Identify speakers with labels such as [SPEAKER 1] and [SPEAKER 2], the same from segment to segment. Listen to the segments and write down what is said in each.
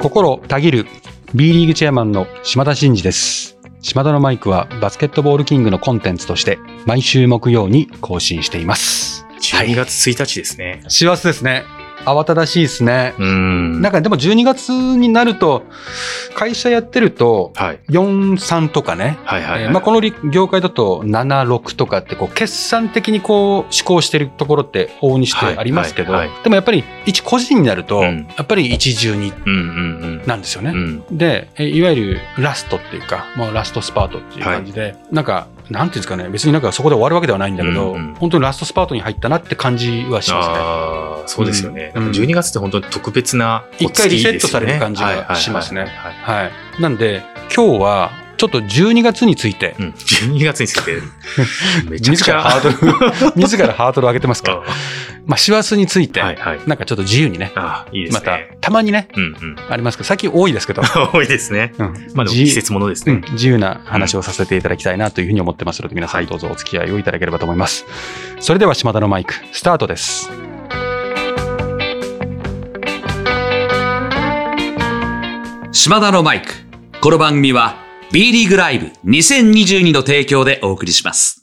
[SPEAKER 1] 心たぎる B リーグチェアマンの島田真二です。島田のマイクはバスケットボールキングのコンテンツとして毎週木曜に更新しています。
[SPEAKER 2] 12月1日ですね。
[SPEAKER 1] 師走ですね。慌ただしいですね。
[SPEAKER 2] うーん
[SPEAKER 1] なんかでも12月になると会社やってると
[SPEAKER 2] はい。
[SPEAKER 1] 43とかね
[SPEAKER 2] はいはい、
[SPEAKER 1] え
[SPEAKER 2] は
[SPEAKER 1] ー
[SPEAKER 2] い。
[SPEAKER 1] まあ、このり業界だと76とかってこう決算的にこう施行してるところって往々にして
[SPEAKER 2] はい
[SPEAKER 1] ありますけど、
[SPEAKER 2] はい
[SPEAKER 1] でもやっぱり一個人になると、
[SPEAKER 2] うん
[SPEAKER 1] やっぱり一重に
[SPEAKER 2] うんうん
[SPEAKER 1] なんですよ
[SPEAKER 2] うん。う
[SPEAKER 1] ね。
[SPEAKER 2] ん。
[SPEAKER 1] でえいわゆるラストっていうか、まあ、ラストスパートっていう感じで、なんかなんていうんですかね別になんかそこで終わるわけではないんだけど、
[SPEAKER 2] うんうん
[SPEAKER 1] 本当にラストスパートに入ったなって感じはしま
[SPEAKER 2] ああ、そうですよね。
[SPEAKER 1] う
[SPEAKER 2] なんんか12月って本当に特別なお月
[SPEAKER 1] 一回リセット
[SPEAKER 2] です
[SPEAKER 1] さ
[SPEAKER 2] よね
[SPEAKER 1] れる感じが
[SPEAKER 2] はいはいはい
[SPEAKER 1] しますね
[SPEAKER 2] はい
[SPEAKER 1] すね。はい、なんで今日はちょっと12月について
[SPEAKER 2] うん。12月につ いて、めちゃく
[SPEAKER 1] 自
[SPEAKER 2] ち
[SPEAKER 1] ら
[SPEAKER 2] ゃ。
[SPEAKER 1] ハードル 自らハードル上げてますから、まあ、師走について、
[SPEAKER 2] うんはいはい。
[SPEAKER 1] なんかちょっと自由にね、
[SPEAKER 2] ああ、いいです
[SPEAKER 1] ま
[SPEAKER 2] ね。
[SPEAKER 1] た、たまにね、
[SPEAKER 2] うんうん。
[SPEAKER 1] ありますけど、最近多い ですけど、
[SPEAKER 2] 多いですね。
[SPEAKER 1] うん
[SPEAKER 2] まあでも
[SPEAKER 1] 自
[SPEAKER 2] 季
[SPEAKER 1] 由
[SPEAKER 2] 節ものです
[SPEAKER 1] うん
[SPEAKER 2] ね。
[SPEAKER 1] 自由な話をさせていただきたいなというふうに思ってますので、皆さ
[SPEAKER 2] は
[SPEAKER 1] ん
[SPEAKER 2] い
[SPEAKER 1] どうぞお付き合いをいただければと思います。それでは、島田のマイク、スタートです。
[SPEAKER 3] 島田のマイク。この番組は B リーグライブ2022の提供でお送りします。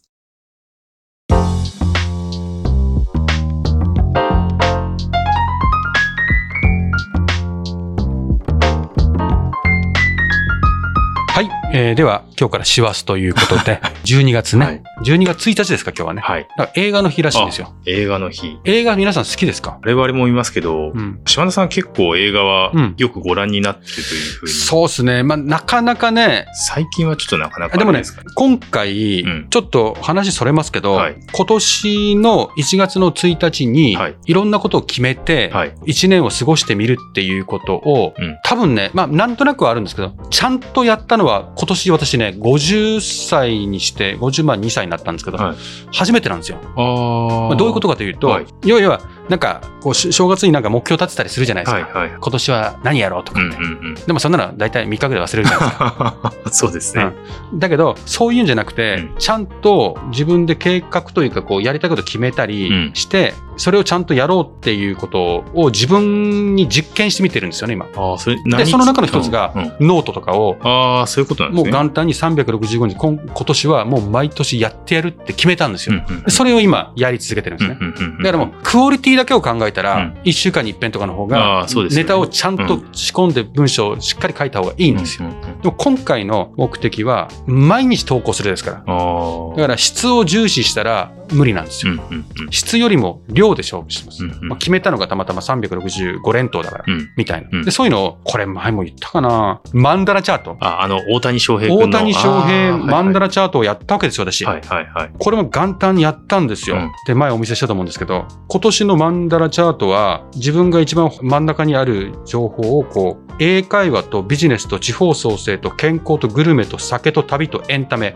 [SPEAKER 1] はい、えーでは、今日から師走ということ で、12月ね、
[SPEAKER 2] はい
[SPEAKER 1] 12月1日ですか、今日はね。
[SPEAKER 2] はい。
[SPEAKER 1] だから映画の日らしいんですよ。
[SPEAKER 2] 映画の日。
[SPEAKER 1] 映画、皆さん好きですか
[SPEAKER 2] 我々も見ますけど、
[SPEAKER 1] うん。
[SPEAKER 2] 島田さん結構映画は
[SPEAKER 1] うん
[SPEAKER 2] よくご覧になってるというふうに、
[SPEAKER 1] そうですね。まあ、なかなかね、
[SPEAKER 2] 最近はちょっとなかなか
[SPEAKER 1] でもね
[SPEAKER 2] すか、
[SPEAKER 1] 今回、
[SPEAKER 2] うん
[SPEAKER 1] ちょっと話それますけど、
[SPEAKER 2] はい
[SPEAKER 1] 今年の1月の1日に、
[SPEAKER 2] はいい、
[SPEAKER 1] ろんなことを決めて、
[SPEAKER 2] はい。
[SPEAKER 1] 1年を過ごしてみるっていうことを、
[SPEAKER 2] うん
[SPEAKER 1] 多分ね、まあ、なんとなくはあるんですけど、ちゃんとやったのは、今年私ね、50歳にして、50万2歳になったんですけど、
[SPEAKER 2] はい
[SPEAKER 1] 初めてなんですよ。
[SPEAKER 2] あ
[SPEAKER 1] まあ、どういうことかというと、
[SPEAKER 2] はい
[SPEAKER 1] 要は要は、なんか、こう、し正月になんか目標立てたりするじゃないです
[SPEAKER 2] は
[SPEAKER 1] か。
[SPEAKER 2] いはい。
[SPEAKER 1] 今年は何やろうと
[SPEAKER 2] う
[SPEAKER 1] か
[SPEAKER 2] ん
[SPEAKER 1] って。
[SPEAKER 2] うん
[SPEAKER 1] でもそんなの大体3日ぐらい忘れるじゃないですか。
[SPEAKER 2] うん。 そうですね。
[SPEAKER 1] だけどそういうんじゃなくて、
[SPEAKER 2] うん
[SPEAKER 1] ちゃんと自分で計画というかこうやりたいことを決めたり
[SPEAKER 2] うん
[SPEAKER 1] して、それをちゃんとやろうっていうことを自分に実験してみてるんですよね今。
[SPEAKER 2] ああ、それ
[SPEAKER 1] でその中の一つが
[SPEAKER 2] うんうん
[SPEAKER 1] ノートとかを
[SPEAKER 2] ああ、そういうことなんで
[SPEAKER 1] もう
[SPEAKER 2] すね。
[SPEAKER 1] 元旦に365日今今年はもう毎年やってやるって決めたんですよ。
[SPEAKER 2] うんうん
[SPEAKER 1] でそれを今やり続けてるんですね。
[SPEAKER 2] うんうんうん
[SPEAKER 1] だからもうクオリティだけを考えた
[SPEAKER 2] う
[SPEAKER 1] ら
[SPEAKER 2] ん
[SPEAKER 1] 1週間に一遍とかの方
[SPEAKER 2] あ
[SPEAKER 1] が
[SPEAKER 2] ーそうです
[SPEAKER 1] ネ
[SPEAKER 2] よね
[SPEAKER 1] タをちゃんと仕込んで文章をしっかり書いた方がいいんですよ。
[SPEAKER 2] うううん
[SPEAKER 1] でも今回の目的は毎日投稿するですから。
[SPEAKER 2] あ
[SPEAKER 1] だから質を重視したら無理なんです
[SPEAKER 2] あ。う
[SPEAKER 1] よ。
[SPEAKER 2] んうんうん
[SPEAKER 1] 質よりも量で勝負してます。
[SPEAKER 2] うんうん
[SPEAKER 1] まあ、決めたのがたまたま365連投だから、
[SPEAKER 2] うん
[SPEAKER 1] みたい
[SPEAKER 2] うん
[SPEAKER 1] な。で、そういうのを、これ前も言ったかな。マンダラチャート。
[SPEAKER 2] あ、あの、大谷翔平
[SPEAKER 1] 大
[SPEAKER 2] 君の
[SPEAKER 1] 谷翔平マンダ
[SPEAKER 2] ラ
[SPEAKER 1] ラチャートをやったわけですよ、私。
[SPEAKER 2] はいはいはい。
[SPEAKER 1] これも元旦にやったんですよ。
[SPEAKER 2] うん
[SPEAKER 1] で、前お見せしたと思うんですけど、今年のマンダラチャートは、自分が一番真ん中にある情報を、こう、英会話とビジネスと地方創生と健康とグルメと酒と旅とエンタ メ。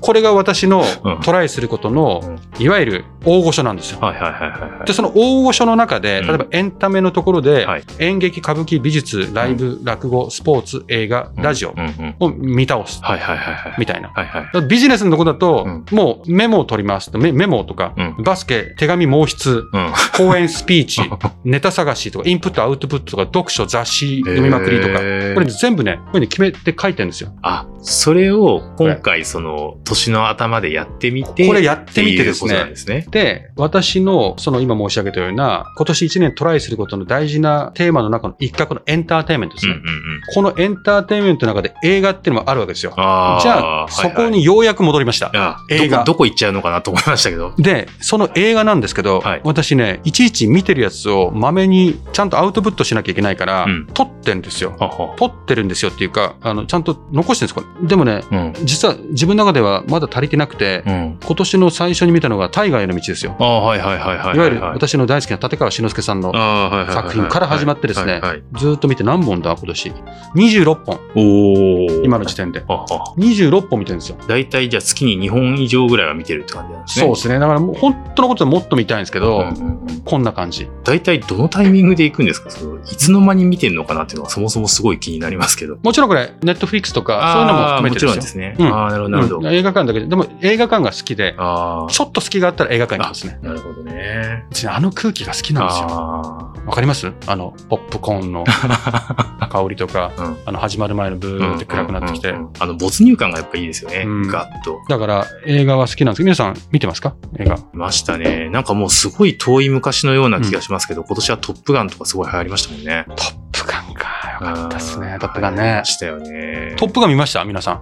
[SPEAKER 1] これが私の
[SPEAKER 2] うん
[SPEAKER 1] トライすることの、いわゆる大御所なんですよ。
[SPEAKER 2] はいはいはいはいは
[SPEAKER 1] で、その大御所の中で、
[SPEAKER 2] うん
[SPEAKER 1] 例えばエンタメのところで、
[SPEAKER 2] はい
[SPEAKER 1] 演劇、歌舞伎、美術、ライブ、落語、スポーツ、映画、
[SPEAKER 2] い。
[SPEAKER 1] ラジオ
[SPEAKER 2] うんうんうん
[SPEAKER 1] を見倒す。
[SPEAKER 2] はいはいはいはい。
[SPEAKER 1] みたいな。
[SPEAKER 2] はいはい。
[SPEAKER 1] だからビジネスのとこだと、
[SPEAKER 2] うん
[SPEAKER 1] もうメモを取りますとメメモとか、
[SPEAKER 2] う
[SPEAKER 1] バスケ、手紙毛筆、
[SPEAKER 2] うん。
[SPEAKER 1] 講演スピーチ、ネタ探しとか、インプット、アウトプットとか、読書、雑誌、 読みまくりとか、
[SPEAKER 2] へー
[SPEAKER 1] これ全部ね、こういうふうに決めて書いてるんですよ。
[SPEAKER 2] あ、それを今回その年の頭でやってみて。
[SPEAKER 1] これやってみてですね
[SPEAKER 2] っていうことなんですね。
[SPEAKER 1] で、私の、その今申し上げたような、今年1年トライすることの大事なテーマの中の一角のエンターテインメントです
[SPEAKER 2] うん
[SPEAKER 1] ね。
[SPEAKER 2] うんうん。
[SPEAKER 1] このエンターテインメントの中で映画っていうのもあるわけですよ。
[SPEAKER 2] ああ。
[SPEAKER 1] じゃあ、
[SPEAKER 2] はい
[SPEAKER 1] そ
[SPEAKER 2] はい
[SPEAKER 1] こにようやく戻りました。
[SPEAKER 2] あ
[SPEAKER 1] 映
[SPEAKER 2] ど
[SPEAKER 1] 画
[SPEAKER 2] こ、どこ行っちゃうのかなと思いましたけど。
[SPEAKER 1] で、その映画なんですけど、
[SPEAKER 2] はい
[SPEAKER 1] 私ね、いちいち見てるやつをまめにちゃんとアウトプットしなきゃいけないから、
[SPEAKER 2] うん
[SPEAKER 1] 撮ってるんですよ。
[SPEAKER 2] はは。
[SPEAKER 1] 撮ってるんですよっていうか、あの、ちゃんと残してるんです、これ。でもね、
[SPEAKER 2] うん。
[SPEAKER 1] 実は自分の中ではまだ足りてなくて、
[SPEAKER 2] うん。
[SPEAKER 1] 今年の最初に見たのが大河への道ですよ。
[SPEAKER 2] ああ、はいはいはいはい。
[SPEAKER 1] いわゆる私の大好きな立川志の輔さんの
[SPEAKER 2] あーはいはいはいはい
[SPEAKER 1] 作品から始まってですね
[SPEAKER 2] はいはい、
[SPEAKER 1] ずーっと見て何本だ、今年。26本、
[SPEAKER 2] おお。
[SPEAKER 1] 今の時点で。
[SPEAKER 2] はは。
[SPEAKER 1] 26本見てるんですよ。
[SPEAKER 2] 大体じゃあ月に2本以上ぐらいは見てるって感じなんですね。
[SPEAKER 1] そうですね。だからもう本当のことはもっと見たいんですけど、
[SPEAKER 2] うんうんうん
[SPEAKER 1] こんな感じ。
[SPEAKER 2] 大体どのタイミングで行くんですかそのいつの間に見てんのかなっていうのがそもそもすごい気になりますけど。
[SPEAKER 1] もちろんこれ、ネットフリックスとか、そういうのも含めて
[SPEAKER 2] あーもちろん
[SPEAKER 1] で
[SPEAKER 2] です
[SPEAKER 1] よ。
[SPEAKER 2] すね。
[SPEAKER 1] うん
[SPEAKER 2] ああ、なるほど、なるほど。
[SPEAKER 1] うん映画館だけで、でも映画館が好きで、
[SPEAKER 2] あ
[SPEAKER 1] ちょっと隙があったら映画館に行きますね。
[SPEAKER 2] あ。なるほどね。
[SPEAKER 1] 私ねあの空気が好きなんですよ。
[SPEAKER 2] あ
[SPEAKER 1] わかりますあの、ポップコーン の
[SPEAKER 2] あ。
[SPEAKER 1] 香りとか、
[SPEAKER 2] うん
[SPEAKER 1] あの、始まる前のブーンって暗くなってきて
[SPEAKER 2] うんうん。うんうんあの、没入感がやっぱいいですよね。
[SPEAKER 1] うん
[SPEAKER 2] ガッと。
[SPEAKER 1] だから、映画は好きなんですけど、皆さん見てますか映画。
[SPEAKER 2] いましたね。なんかもうすごい遠い昔のような気がしますけど、今年はトップガンとかすごい流行りましたもんね。
[SPEAKER 1] トップガンか。よかったっす
[SPEAKER 2] う
[SPEAKER 1] ね
[SPEAKER 2] ん。
[SPEAKER 1] トップガン
[SPEAKER 2] 流行り
[SPEAKER 1] ね
[SPEAKER 2] ま。したよね。
[SPEAKER 1] トップガン見ました皆さん。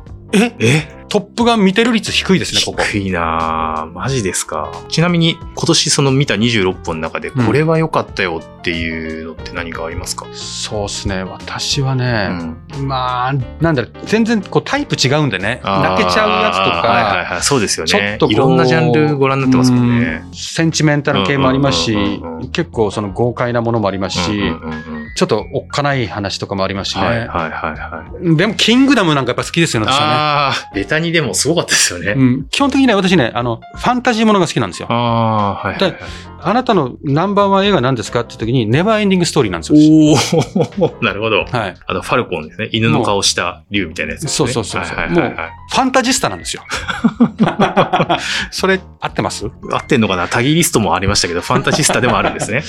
[SPEAKER 2] え
[SPEAKER 1] トップガン見てる率低いですね、ここ。
[SPEAKER 2] 低いなぁ。マジですか。ちなみに今年その見た26本の中で、これは良かったよっていうのって何かありますか、
[SPEAKER 1] そうですね。私は
[SPEAKER 2] う
[SPEAKER 1] ね、
[SPEAKER 2] ん、
[SPEAKER 1] まあ、なんだろう、全然こうタイプ違うんでね、
[SPEAKER 2] あー
[SPEAKER 1] 泣けちゃうやつとか、
[SPEAKER 2] はいはいはい。そうですよね。
[SPEAKER 1] ちょっとこう
[SPEAKER 2] いろんなジャンルご覧になってますもんね。
[SPEAKER 1] うんセンチメンタル系もありますし、
[SPEAKER 2] うんうんうんうん
[SPEAKER 1] 結構その豪快なものもありますし、
[SPEAKER 2] うんうんうんうん
[SPEAKER 1] ちょっとおっかない話とかもありますしね。
[SPEAKER 2] はいはいはいはい。
[SPEAKER 1] でも、キングダムなんかやっぱ好きですよね、私はね。
[SPEAKER 2] ああ、ベタにでもすごかったですよね。
[SPEAKER 1] うん、基本的にね、私ね、あの、ファンタジーものが好きなんですよ。あ
[SPEAKER 2] ああー、はいはい、はい。
[SPEAKER 1] なたのナンバーワン映画なんですかって時に、ネバーエンディングストーリーなんですよ。
[SPEAKER 2] おお なるほど。
[SPEAKER 1] はい。フ
[SPEAKER 2] あの、ファルコンですね。犬の顔した竜みたいなやつですね。
[SPEAKER 1] もうそうそうそうそう
[SPEAKER 2] はいはいはいはい
[SPEAKER 1] ァンタジスタなん ですよ。それ、合ってます
[SPEAKER 2] 合ってんのかなタギリストもあり ましたけど、ファンタジスタでもあるんですね。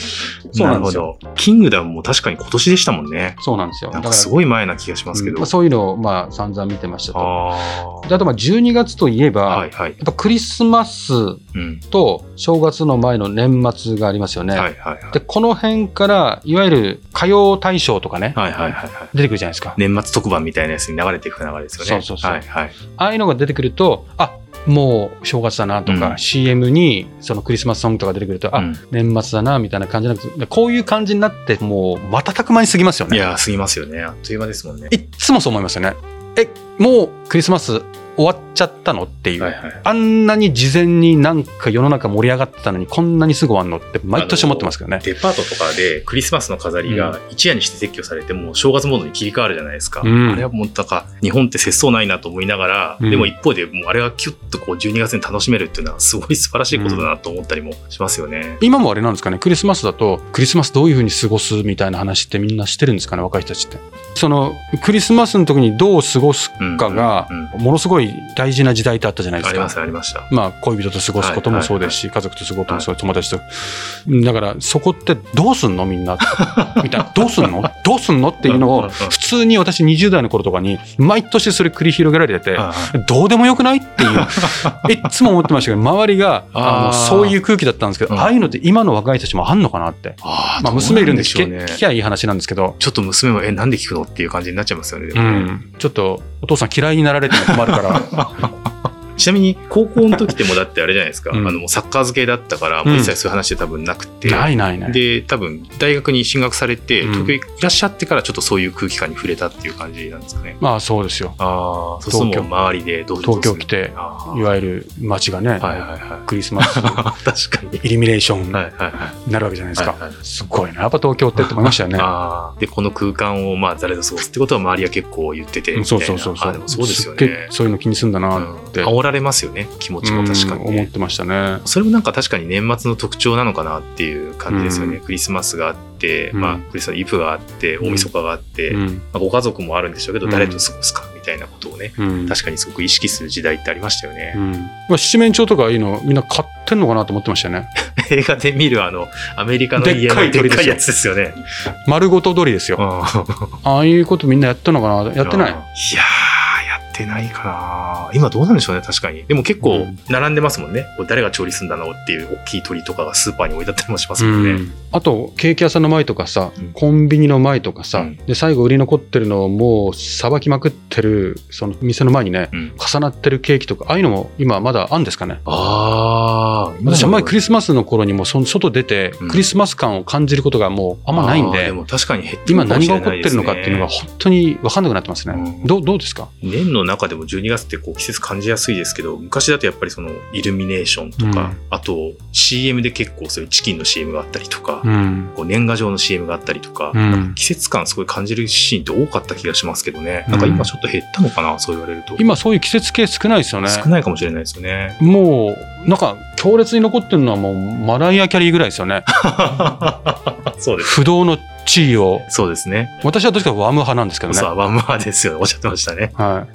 [SPEAKER 1] そうなんですよ
[SPEAKER 2] るほど。キングダムも確かに今年でしたもんね。
[SPEAKER 1] そうなんですよ。
[SPEAKER 2] な
[SPEAKER 1] だ
[SPEAKER 2] ん
[SPEAKER 1] か、
[SPEAKER 2] からすごい前な気がしますけ
[SPEAKER 1] うん
[SPEAKER 2] ど。
[SPEAKER 1] まあそういうのを、まあ、散々見てましたと。
[SPEAKER 2] あ
[SPEAKER 1] であと、まあ、12月といえば、
[SPEAKER 2] あ。はいはい
[SPEAKER 1] や。っぱクリスマス
[SPEAKER 2] うん。
[SPEAKER 1] と正月の前の年末がありますよね。
[SPEAKER 2] はいはいはい。
[SPEAKER 1] で、この辺から、いわゆる歌謡大賞とかね、
[SPEAKER 2] はいはいはいはい。
[SPEAKER 1] 出てくるじゃないですか。
[SPEAKER 2] 年末特番みたいなやつに流れていく流れですよね。
[SPEAKER 1] そうそうそう
[SPEAKER 2] はいはい。
[SPEAKER 1] ああいうのが出てくると、あもう正月だなとか、
[SPEAKER 2] うん
[SPEAKER 1] CM にそのクリスマスソングとか出てくると、
[SPEAKER 2] う
[SPEAKER 1] あ
[SPEAKER 2] ん
[SPEAKER 1] 年末だなみたいな感じじゃなくて、こういう感じになって、もう瞬く間に過ぎますよ
[SPEAKER 2] い
[SPEAKER 1] ね。
[SPEAKER 2] やー、すぎますよね。あっという間ですもんね。
[SPEAKER 1] いっつもそう思いますよね。え、もうクリスマス終わっちゃったのっていう。
[SPEAKER 2] はいはい。
[SPEAKER 1] あんなに事前になんか世の中盛り上がってたのにこんなにすぐ終わんのって毎年思ってますけどね。
[SPEAKER 2] デパートとかでクリスマスの飾りが一夜にして撤去されてもう正月モードに切り替わるじゃないですか。
[SPEAKER 1] うん
[SPEAKER 2] あれはもうなんか日本って節操ないなと思いながら、
[SPEAKER 1] うん
[SPEAKER 2] でも一方でもうあれがキュッとこう12月に楽しめるっていうのはすごい素晴らしいことだなと思ったりもしますよね。
[SPEAKER 1] 今もあれなんですかね、クリスマスだと、クリスマスどういうふうに過ごすみたいな話ってみんなしてるんですかね、若い人たちって。その、クリスマスの時にどう過ごす
[SPEAKER 2] うん
[SPEAKER 1] かが
[SPEAKER 2] う、ん
[SPEAKER 1] ものすごい大事な時代ってあったじゃないで
[SPEAKER 2] あ
[SPEAKER 1] す
[SPEAKER 2] り
[SPEAKER 1] か。
[SPEAKER 2] ますありました。
[SPEAKER 1] まあ、恋人と過ごすこともそうですし、家族と過ごすこともそう、友達と。だから、そこってどうすんのみんな。 みたいな。どうすんのどうすんのっていうの
[SPEAKER 2] うんうんう
[SPEAKER 1] を、
[SPEAKER 2] ん
[SPEAKER 1] 普通に私20代の頃とかに、毎年それ繰り広げられてて、どうでもよくないっていう、 いっつも思ってましたけど、周りが、あの
[SPEAKER 2] あー
[SPEAKER 1] そういう空気だったんですけど、
[SPEAKER 2] うん
[SPEAKER 1] ああいうのって今の若い人たちもあんのかなって。
[SPEAKER 2] あ
[SPEAKER 1] まあ、娘いるんで聞け
[SPEAKER 2] ね
[SPEAKER 1] 聞きゃいい話なんですけど、
[SPEAKER 2] ちょっと娘も、え、なんで聞くのっていう感じになっちゃいますよね。で
[SPEAKER 1] う
[SPEAKER 2] もね
[SPEAKER 1] ん、ちょっとお父さん嫌いになられても困るから、
[SPEAKER 2] ちなみに、高校の時ってもだってあれじゃないですか。
[SPEAKER 1] うん
[SPEAKER 2] あの、もうサッカー漬けだったから、もう一切そういう話って多分なくて。
[SPEAKER 1] ないないない。
[SPEAKER 2] で多分大学に進学されて
[SPEAKER 1] うん
[SPEAKER 2] 東京にいらっしゃってからちょっとそういう空気感に触れたっていう感じなんですかね。
[SPEAKER 1] まあそうですよ。
[SPEAKER 2] ああそうする
[SPEAKER 1] 東
[SPEAKER 2] と
[SPEAKER 1] 京
[SPEAKER 2] もう周りでどう
[SPEAKER 1] 東京来て、
[SPEAKER 2] あ
[SPEAKER 1] いわゆる街がね、
[SPEAKER 2] あはいはいは
[SPEAKER 1] クリスマ ス、
[SPEAKER 2] い確かに
[SPEAKER 1] イルミネーションに
[SPEAKER 2] はいはいはい
[SPEAKER 1] なるわけじゃないですか。
[SPEAKER 2] はいはい
[SPEAKER 1] すごいな、やっぱ東京ってって思いましたよね。
[SPEAKER 2] ああでこの空間をまあ誰と過ごすってことは周りは結構言ってて
[SPEAKER 1] う
[SPEAKER 2] み
[SPEAKER 1] ん
[SPEAKER 2] た
[SPEAKER 1] そ
[SPEAKER 2] いうな
[SPEAKER 1] そうそうそ
[SPEAKER 2] あで
[SPEAKER 1] う。
[SPEAKER 2] もそうですよ
[SPEAKER 1] っげ
[SPEAKER 2] ね
[SPEAKER 1] え。そういうの気にすんだ
[SPEAKER 2] う
[SPEAKER 1] なっ
[SPEAKER 2] ん
[SPEAKER 1] て、
[SPEAKER 2] 煽られますよね気持ちも確か
[SPEAKER 1] うん
[SPEAKER 2] に
[SPEAKER 1] 思っ
[SPEAKER 2] ね。
[SPEAKER 1] てましたね。
[SPEAKER 2] それもなんか確かに年末の特徴なのかなっていう感じですよね。
[SPEAKER 1] う
[SPEAKER 2] クリスマスがあって、
[SPEAKER 1] うん
[SPEAKER 2] まあ、クリスマスのイブがあって、大晦日があって、
[SPEAKER 1] う
[SPEAKER 2] ま
[SPEAKER 1] ん
[SPEAKER 2] あご家族もあるんでしょうけど、
[SPEAKER 1] うん
[SPEAKER 2] 誰と過ごすかみたいなことをね、
[SPEAKER 1] うん
[SPEAKER 2] 確かにすごく意識する時代ってありましたよね。
[SPEAKER 1] うんまあ、七面鳥とかいうのみんな買ってんのかなと思ってましたよ ね。
[SPEAKER 2] 映画で見るあの、アメリカの
[SPEAKER 1] でっ
[SPEAKER 2] 家
[SPEAKER 1] かい
[SPEAKER 2] ので
[SPEAKER 1] 鳥で
[SPEAKER 2] っ
[SPEAKER 1] すよ
[SPEAKER 2] かいやつですよね。
[SPEAKER 1] 丸ごと通りですよ。ああいうことみんなやってんのかなやってない
[SPEAKER 2] いやー、やってないかな今どうなんでしょうね、確かに。でも結構、並んでますもんね。こう誰が調理するんだろうっていう大きい鳥とかがスーパーに置いてあったりもしますもんね。
[SPEAKER 1] うんあとケーキ屋さんの前とかさ、
[SPEAKER 2] うん
[SPEAKER 1] コンビニの前とかさ、
[SPEAKER 2] うん
[SPEAKER 1] で最後売り残ってるのをもうさばきまくってるその店の前にね
[SPEAKER 2] うん
[SPEAKER 1] 重なってるケーキとかああいうのも今まだあんですかね
[SPEAKER 2] あー、
[SPEAKER 1] 私は前ク
[SPEAKER 2] リ
[SPEAKER 1] リスマスの頃にもうその外出て
[SPEAKER 2] うん
[SPEAKER 1] クリスマス感を感じることがもうあんまないんで,、
[SPEAKER 2] でも確かに減ってる
[SPEAKER 1] 今
[SPEAKER 2] かも
[SPEAKER 1] 何
[SPEAKER 2] し
[SPEAKER 1] が
[SPEAKER 2] れ
[SPEAKER 1] 起こ
[SPEAKER 2] な
[SPEAKER 1] っ
[SPEAKER 2] い
[SPEAKER 1] て
[SPEAKER 2] で
[SPEAKER 1] る
[SPEAKER 2] す
[SPEAKER 1] の
[SPEAKER 2] ね
[SPEAKER 1] かっていうのが本当に分かんなくなってますね、
[SPEAKER 2] うん
[SPEAKER 1] どうどうですか
[SPEAKER 2] 年の中でも12月ってこう季節感じやすいですけど、昔だとやっぱりそのイルミネーションと
[SPEAKER 1] う
[SPEAKER 2] か、
[SPEAKER 1] ん
[SPEAKER 2] あと CM で結構そういうチキンの CM があったりとか、
[SPEAKER 1] うん、
[SPEAKER 2] こう年賀状の CM があったりとか、
[SPEAKER 1] うん
[SPEAKER 2] 季節感すごい感じるシーンって多かった気がしますけどね。なんか今ちょっと減ったのかな、そう言われると。
[SPEAKER 1] 今そういう季節系少ないですよね
[SPEAKER 2] 少ないかもしれないですよね。
[SPEAKER 1] もうなんか強烈に残ってるのはもうマライア・キャリーぐらいですよね
[SPEAKER 2] そうです。
[SPEAKER 1] 不動の地位を。
[SPEAKER 2] そうですね。
[SPEAKER 1] 私はどっちかというとワム派なんですけどね。
[SPEAKER 2] そう、ワンマーですよね。おっしゃってましたね。
[SPEAKER 1] は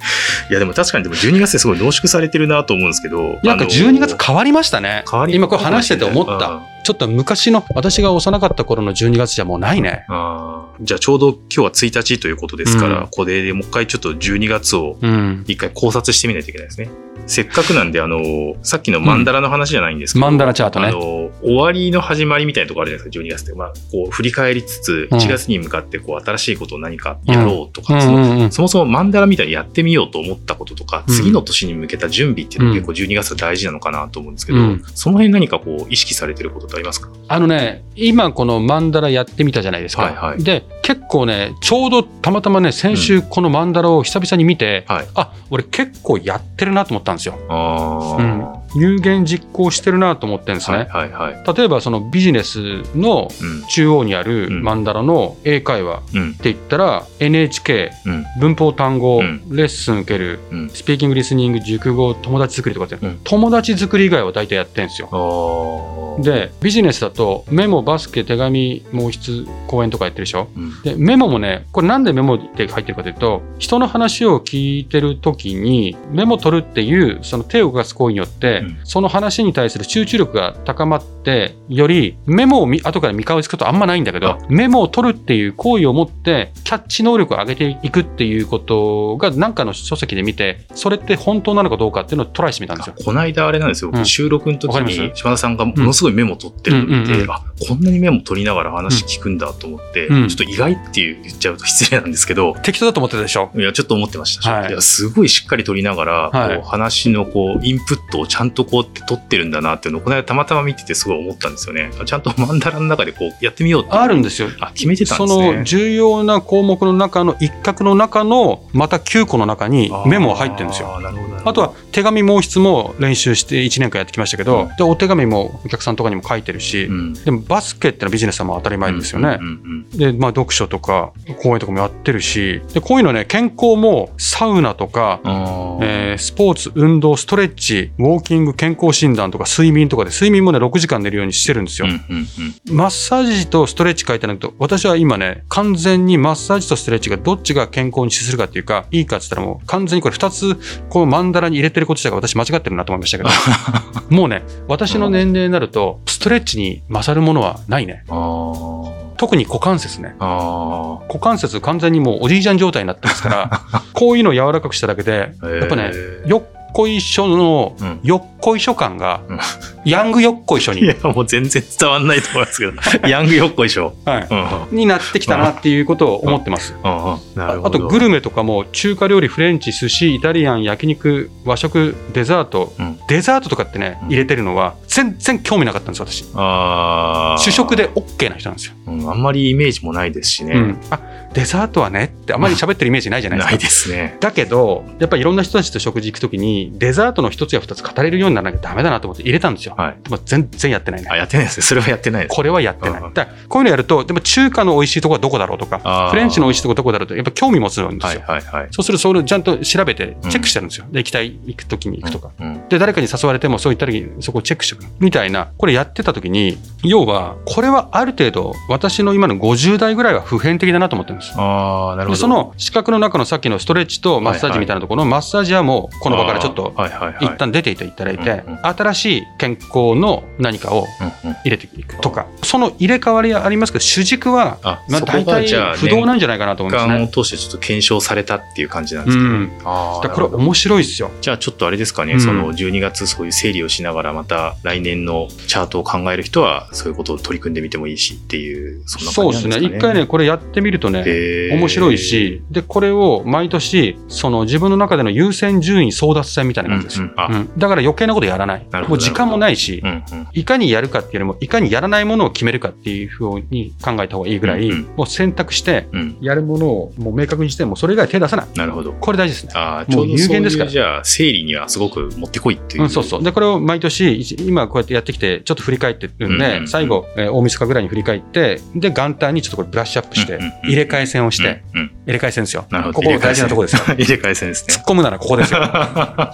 [SPEAKER 1] い
[SPEAKER 2] や、でも確かにでも12月ですごい濃縮されてるなと思うんですけど。
[SPEAKER 1] い。なんか
[SPEAKER 2] あの
[SPEAKER 1] 12月変わりましたね。
[SPEAKER 2] 変わり
[SPEAKER 1] 今これ話してて思った。
[SPEAKER 2] うん
[SPEAKER 1] ちょっと昔の、私が幼かった頃の12月じゃもうないね。
[SPEAKER 2] あーじゃあちょうど今日は1日ということですから、
[SPEAKER 1] うん
[SPEAKER 2] ここでもう一回ちょっと12月を
[SPEAKER 1] うん。
[SPEAKER 2] 一回考察してみないといけないですね。せっかくなんで、あの、さっきのマンダラの話じゃないんですけど、
[SPEAKER 1] マンダラチャート
[SPEAKER 2] あ
[SPEAKER 1] ね。
[SPEAKER 2] の、終わりの始まりみたいなところあるじゃないですか、12月って。まあ、こう、振り返りつつ、
[SPEAKER 1] うん
[SPEAKER 2] 1月に向かって、こう、新しいことを何かやろうとか、
[SPEAKER 1] う
[SPEAKER 2] そ
[SPEAKER 1] ん
[SPEAKER 2] の
[SPEAKER 1] うんうん。
[SPEAKER 2] そもそもマンダラみたいにやってみようと思ったこととか、
[SPEAKER 1] うん
[SPEAKER 2] 次の年に向けた準備っていうの
[SPEAKER 1] う
[SPEAKER 2] が
[SPEAKER 1] ん
[SPEAKER 2] 結構12月が大事なのかなと思うんですけど、
[SPEAKER 1] うん
[SPEAKER 2] その辺何かこう、意識されてることってありますか
[SPEAKER 1] あのね、今このマンダラやってみたじゃないですか。
[SPEAKER 2] はいはい
[SPEAKER 1] で、結構ね、ちょうどたまたまね、先週このマンダラを久々に見て、
[SPEAKER 2] はい
[SPEAKER 1] あ、俺結構やってるなと思ったんですよ。
[SPEAKER 2] あ
[SPEAKER 1] う
[SPEAKER 2] ー
[SPEAKER 1] ん有言実行してるなと思ってるんですね。
[SPEAKER 2] はいはいはい。
[SPEAKER 1] 例えばそのビジネスの
[SPEAKER 2] うん。
[SPEAKER 1] 中央にある
[SPEAKER 2] うん
[SPEAKER 1] マンダラの英会話っ
[SPEAKER 2] うん。
[SPEAKER 1] て言ったら NHK
[SPEAKER 2] うん。
[SPEAKER 1] 文法単語、
[SPEAKER 2] うん
[SPEAKER 1] レッスン受ける、
[SPEAKER 2] うん
[SPEAKER 1] スピーキングリスニング熟語友達作りとかって、
[SPEAKER 2] うん
[SPEAKER 1] 友達作り以外は大体やってるんですよ
[SPEAKER 2] あー
[SPEAKER 1] でビジネスだとメモバスケ手紙毛筆講演とかやってるでしょ
[SPEAKER 2] うん。
[SPEAKER 1] でメモもねこれなんでメモって入ってるかというと人の話を聞いてる時にメモ取るっていうその手を動かす行為によって、
[SPEAKER 2] うん
[SPEAKER 1] その話に対する集中力が高まってよりメモを見後から見返すことあんまないんだけど
[SPEAKER 2] あ
[SPEAKER 1] メモを取るっていう行為をもってキャッチ能力を上げていくっていうことが何かの書籍で見てそれって本当なのかどうかっていうのをトライしてみたんですよ。
[SPEAKER 2] あこの間あれなんですよ、
[SPEAKER 1] うん
[SPEAKER 2] 収録の時
[SPEAKER 1] わかり
[SPEAKER 2] に
[SPEAKER 1] ま
[SPEAKER 2] 島田さんがものすごいメモ取ってるのを見
[SPEAKER 1] うんうん
[SPEAKER 2] て、
[SPEAKER 1] うん
[SPEAKER 2] あこんなにメモ取りながら話聞くんだと思って、
[SPEAKER 1] うん
[SPEAKER 2] ちょっと意外っていう言っちゃうと失礼なんですけど、
[SPEAKER 1] 適当だと思ってたでしょ
[SPEAKER 2] いや、ちょっと思ってました。
[SPEAKER 1] はい
[SPEAKER 2] い、や、すごいしっかり取りながら、
[SPEAKER 1] はい
[SPEAKER 2] こう話のこう、インプットをちゃんとこう、取ってるんだなっていうのを、この間たまたま見ててすごい思ったんですよね。ちゃんとマンダラの中でこう、やってみようっていう。
[SPEAKER 1] あるんですよ。
[SPEAKER 2] あ、決めてたん
[SPEAKER 1] そ
[SPEAKER 2] ですね。
[SPEAKER 1] の重要な項目の中の一角の中のまた9個の中にメモが入ってるんですよ。
[SPEAKER 2] あー。なるほどなるほど
[SPEAKER 1] あとは手紙毛筆も練習して1年間やってきましたけど、でお手紙もお客さんとかにも書いてるし、
[SPEAKER 2] うん。
[SPEAKER 1] でもバスケってのはビジネスさんも当たり前ですよね。
[SPEAKER 2] うんうん
[SPEAKER 1] で、まあ、読書とか講演とかもやってるしでこういうのね健康もサウナとか、
[SPEAKER 2] うんあー
[SPEAKER 1] えースポーツ運動ストレッチウォーキング健康診断とか睡眠とかで睡眠もね6時間寝るようにしてるんですよ、
[SPEAKER 2] うんうんうん
[SPEAKER 1] マッサージとストレッチ書いてあるんだけど私は今ね完全にマッサージとストレッチがどっちが健康に資するかっていうかいいかって言ったらもう完全にこれ2つこのマンダラに入れてること自体が私間違ってるなと思いましたけど もうね私の年齢になるとストレッチに勝るものはないね
[SPEAKER 2] あー
[SPEAKER 1] 特に股関節ね
[SPEAKER 2] あ
[SPEAKER 1] 股関節完全にもうおじいちゃん状態になってますから こういうのを柔らかくしただけで
[SPEAKER 2] ー。
[SPEAKER 1] やっぱね
[SPEAKER 2] えー
[SPEAKER 1] よっこいしょの
[SPEAKER 2] うん
[SPEAKER 1] よっこいしょ感が
[SPEAKER 2] うん
[SPEAKER 1] ヤングよっこいしょ
[SPEAKER 2] い
[SPEAKER 1] に、
[SPEAKER 2] や、もう全然伝わんないと思いますけ ど、ヤングよっこいしょ。
[SPEAKER 1] はい
[SPEAKER 2] うんうん
[SPEAKER 1] になってきたなっていうことを思ってます。
[SPEAKER 2] うんうんなる
[SPEAKER 1] あ
[SPEAKER 2] ほ
[SPEAKER 1] あ
[SPEAKER 2] ど。
[SPEAKER 1] とグルメとかも中華料理フレンチ寿司イタリアン焼肉和食デザート、
[SPEAKER 2] うん
[SPEAKER 1] デザートとかってね
[SPEAKER 2] うん
[SPEAKER 1] 入れてるのは全然興味なかったんです私
[SPEAKER 2] あー
[SPEAKER 1] 主食で OK な人なんですよ、
[SPEAKER 2] うん、あんまりイメージもないですしね。
[SPEAKER 1] うんあデザートはねってあまり喋ってるイメージないじゃないです
[SPEAKER 2] な
[SPEAKER 1] か
[SPEAKER 2] いですね。
[SPEAKER 1] だけどやっぱりいろんな人たちと食事行く時にデザートの一つや二つ語れるようにならなきゃダメだなと思って入れたんですよ、
[SPEAKER 2] はい。
[SPEAKER 1] でも全然やってないね
[SPEAKER 2] あ、やってないですね。それはやってないです。
[SPEAKER 1] これはやってない、
[SPEAKER 2] うん
[SPEAKER 1] だからこういうのやるとでも中華の美味しいとこはどこだろうと
[SPEAKER 2] あ
[SPEAKER 1] か
[SPEAKER 2] ー
[SPEAKER 1] フレンチの美味しいとこどこだろうとやっぱ興味持つんですよ、
[SPEAKER 2] はいはいはい。
[SPEAKER 1] そうすると、それをちゃんと調べて、チェックしてるんですよ。で、行きたい、行くときに行くとか。
[SPEAKER 2] うん。
[SPEAKER 1] で、誰かに誘われても、そういった時にそこをチェックしておく。みたいな、これやってた時に、要は、これはある程度、私の今の50代ぐらいは普遍的だなと思ってるんです。
[SPEAKER 2] ああ、なるほ
[SPEAKER 1] で
[SPEAKER 2] ど。
[SPEAKER 1] その資格の中のさっきのストレッチとマッサージみたいなところのマッサージはもうこの場からちょっと
[SPEAKER 2] あーはいはいはい。
[SPEAKER 1] 一旦出ていただいて
[SPEAKER 2] うんうん
[SPEAKER 1] 新しい健康の何かを
[SPEAKER 2] うんうん
[SPEAKER 1] 入れていくとかその入れ替わりはありますけど主軸は
[SPEAKER 2] あ、
[SPEAKER 1] まあ
[SPEAKER 2] そこ
[SPEAKER 1] 大
[SPEAKER 2] がじゃあ
[SPEAKER 1] 体不動なんじゃないかなと思います
[SPEAKER 2] 間
[SPEAKER 1] ね。
[SPEAKER 2] を通してちょっと検証されたっていう感じなんですけど、
[SPEAKER 1] うん
[SPEAKER 2] あ
[SPEAKER 1] だ
[SPEAKER 2] あ
[SPEAKER 1] からこれ面白いですよ。
[SPEAKER 2] じゃあちょっとあれですかね、
[SPEAKER 1] うん
[SPEAKER 2] その12月そういう整理をしながらまた来年のチャートを考える人はそういうことを取り組んでみてもいいしっていうそんな
[SPEAKER 1] そ
[SPEAKER 2] 感
[SPEAKER 1] うで
[SPEAKER 2] じ
[SPEAKER 1] す
[SPEAKER 2] な
[SPEAKER 1] ね
[SPEAKER 2] んですか
[SPEAKER 1] 一
[SPEAKER 2] ね。
[SPEAKER 1] 回ねこれやってみるとね、
[SPEAKER 2] へー
[SPEAKER 1] 面白いし、で、これを毎年、その自分の中での優先順位争奪戦みたいな感じですよ。
[SPEAKER 2] うんうんあ
[SPEAKER 1] うんだから余計なことやらない
[SPEAKER 2] な。る
[SPEAKER 1] も
[SPEAKER 2] ほど
[SPEAKER 1] う時間もないし、
[SPEAKER 2] うんうん
[SPEAKER 1] いかにやるかっていうよりも、いかにやらないものを決めるかっていうふうに考えた方がいいぐらい、
[SPEAKER 2] うん
[SPEAKER 1] もう選択して、
[SPEAKER 2] うん、
[SPEAKER 1] やるものをもう明確にして、もうそれ以外手出さない。
[SPEAKER 2] なるほど。
[SPEAKER 1] これ大事ですね。
[SPEAKER 2] ああ、ちょうど
[SPEAKER 1] もう有
[SPEAKER 2] そう
[SPEAKER 1] 限
[SPEAKER 2] い
[SPEAKER 1] ですから
[SPEAKER 2] うじゃあ整理にはすごく持ってこいっていう。
[SPEAKER 1] うん、そうそう。で、これを毎年、一今こうやってやってきて、ちょっと振り返ってるんで、
[SPEAKER 2] うんうん
[SPEAKER 1] 最後、えー大晦日ぐらいに振り返って、で、元旦にちょっとこれブラッシュアップして
[SPEAKER 2] うんうん、うん
[SPEAKER 1] 入れ替え線をして、
[SPEAKER 2] うんうん
[SPEAKER 1] 入れ替え線ですよ。
[SPEAKER 2] なるほど
[SPEAKER 1] ここ大事なとこですよ。
[SPEAKER 2] 入れ替え戦ですね
[SPEAKER 1] 突っ。込むならここですよ。
[SPEAKER 2] ま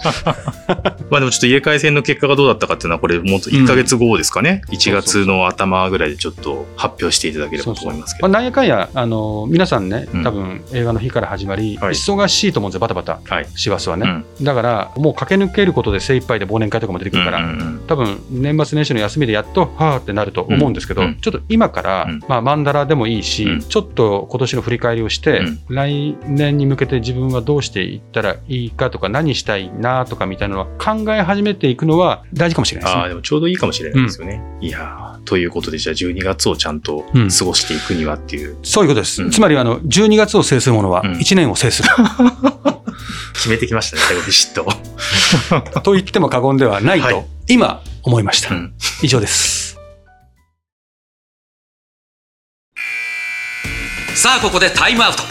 [SPEAKER 2] あでもちょっと入れ替え戦の結果がどうだったかっていうのは、これもう1ヶ月後ですかね、1月の頭ぐらいでちょっと発表していただければと思いますけ
[SPEAKER 1] まあ、
[SPEAKER 2] ど。
[SPEAKER 1] なんやかんや、あの皆さんね
[SPEAKER 2] うん、
[SPEAKER 1] 多分映画の日から始まり、
[SPEAKER 2] はい
[SPEAKER 1] 忙しいと思うんですよ、バタバタ、
[SPEAKER 2] はい
[SPEAKER 1] 師走はね、だから、もう駆け抜けることで精一杯で忘年会とかも出てくるから、
[SPEAKER 2] うんうんうん
[SPEAKER 1] 多分年末年始の休みでやっと、はーってなると思うんですけど、
[SPEAKER 2] うん
[SPEAKER 1] ちょっと今から、
[SPEAKER 2] うん
[SPEAKER 1] まあ、マンダラでもいいし、
[SPEAKER 2] うん
[SPEAKER 1] ちょっと今年の振り返りをして、
[SPEAKER 2] うん
[SPEAKER 1] 来年に向けて自分はどうしていったらいいかとか、何したいなとかみたいなのは考え始めていくのは大事かもしれない
[SPEAKER 2] あ
[SPEAKER 1] で
[SPEAKER 2] あ、
[SPEAKER 1] すね。
[SPEAKER 2] でもちょうどいいかもしれないですよね。いやーということで、じゃあ12月をちゃんと過
[SPEAKER 1] うん
[SPEAKER 2] ごしていくにはっていう、
[SPEAKER 1] そういうことです。
[SPEAKER 2] うん
[SPEAKER 1] つまりあの、12月を制するものは
[SPEAKER 2] うん
[SPEAKER 1] 1年を制する。
[SPEAKER 2] 決めてきました ね、最後ビシッと。
[SPEAKER 1] と言っても過言ではないと、
[SPEAKER 2] はい
[SPEAKER 1] 今思いました、
[SPEAKER 2] うん
[SPEAKER 1] 以上です
[SPEAKER 3] さあここでタイムアウト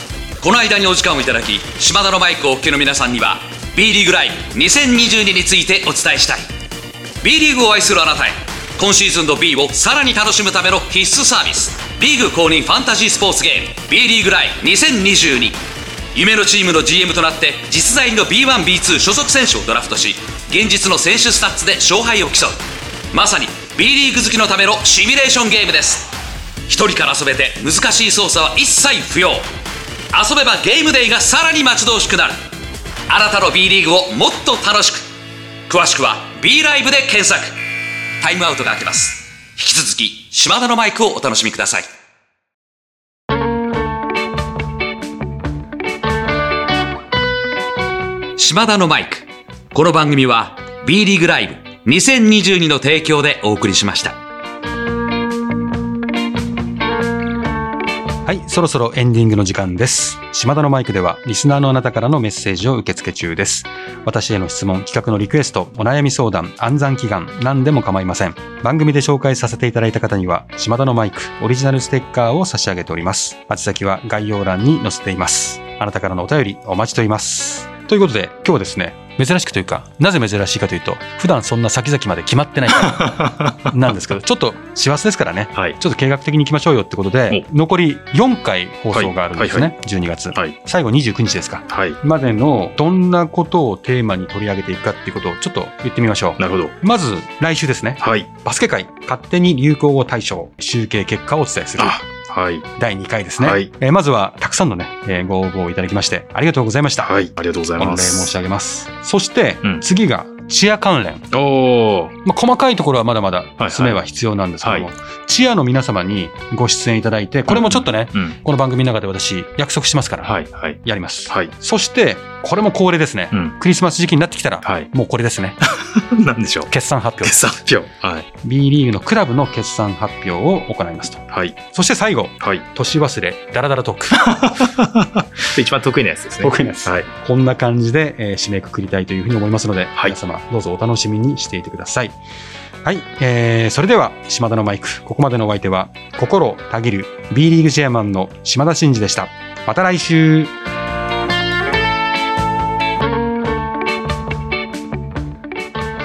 [SPEAKER 3] この間にお時間をいただき島田のマイクをお聞きの皆さんには B リーグライブ2022についてお伝えしたい B リーグを愛するあなたへ今シーズンの B をさらに楽しむための必須サービスリーグ公認ファンタジースポーツゲーム B リーグライブ2022夢のチームの GM となって実在の B1B2 所属選手をドラフトし現実の選手スタッツで勝敗を競うまさに B リーグ好きのためのシミュレーションゲームです一人から遊べて難しい操作は一切不要遊べばゲームデイがさらに待ち遠しくなるあなたの B リーグをもっと楽しく詳しくは B ライブで検索タイムアウトが明けます引き続き島田のマイクをお楽しみください島田のマイクこの番組は B リーグライブ2022の提供でお送りしました
[SPEAKER 1] はいそろそろエンディングの時間です島田のマイクではリスナーのあなたからのメッセージを受け付け中です私への質問企画のリクエストお悩み相談暗算祈願何でも構いません番組で紹介させていただいた方には島田のマイクオリジナルステッカーを差し上げております宛先は概要欄に載せていますあなたからのお便りお待ちしておりますということで今日はですね珍しくというかなぜ珍しいかというと普段そんな先々まで決まってないからなんですけどちょっと師走ですからね
[SPEAKER 2] はい。
[SPEAKER 1] ちょっと計画的に行きましょうよってことで、残り4回放送があるんですね、
[SPEAKER 2] は
[SPEAKER 1] 12月。
[SPEAKER 2] はい。
[SPEAKER 1] 最後29日ですか。
[SPEAKER 2] はい。
[SPEAKER 1] までのどんなことをテーマに取り上げていくかっていうことをちょっと言ってみましょ
[SPEAKER 2] なるほど。
[SPEAKER 1] う。まず来週ですね、
[SPEAKER 2] はい。
[SPEAKER 1] バスケ界勝手に流行語大賞集計結果をお伝えする
[SPEAKER 2] あ、はい。
[SPEAKER 1] 第2回ですね。
[SPEAKER 2] はい
[SPEAKER 1] えーまずはたくさんのね、えーご応募をいただきましてありがとうございました。
[SPEAKER 2] はい。ありがとうござい
[SPEAKER 1] 御礼
[SPEAKER 2] ま
[SPEAKER 1] 申
[SPEAKER 2] す。
[SPEAKER 1] し上げます。そして、
[SPEAKER 2] うん
[SPEAKER 1] 次がチア関連。
[SPEAKER 2] おー。
[SPEAKER 1] まあ、細かいところはまだまだ
[SPEAKER 2] はい
[SPEAKER 1] 詰めは必要なんですけども、チアの皆様にご出演いただいて、これもちょっとね、
[SPEAKER 2] うん。
[SPEAKER 1] この番組の中で私約束しますから、
[SPEAKER 2] はい。はい。
[SPEAKER 1] やります、
[SPEAKER 2] はい。
[SPEAKER 1] そしてこれも恒例ですね、
[SPEAKER 2] うん
[SPEAKER 1] クリスマス時期になってきたら、
[SPEAKER 2] はい。
[SPEAKER 1] もうこれですね
[SPEAKER 2] なんでしょう。
[SPEAKER 1] 決算発表
[SPEAKER 2] 決算発表。はい。
[SPEAKER 1] B リーグのクラブの決算発表を行いますと
[SPEAKER 2] はい。
[SPEAKER 1] そして最後
[SPEAKER 2] はい。
[SPEAKER 1] 年忘れダラダラトーク
[SPEAKER 2] 一番得意なやつですね。
[SPEAKER 1] 得意なやつ
[SPEAKER 2] はい。
[SPEAKER 1] こんな感じで、えー締めくくりたいというふうに思いますので、
[SPEAKER 2] はい
[SPEAKER 1] 皆様どうぞお楽しみにしていてくださいはい、えーそれでは島田のマイクここまでのお相手は心をたぎる B リーグチェアマンの島田真二でしたまた来週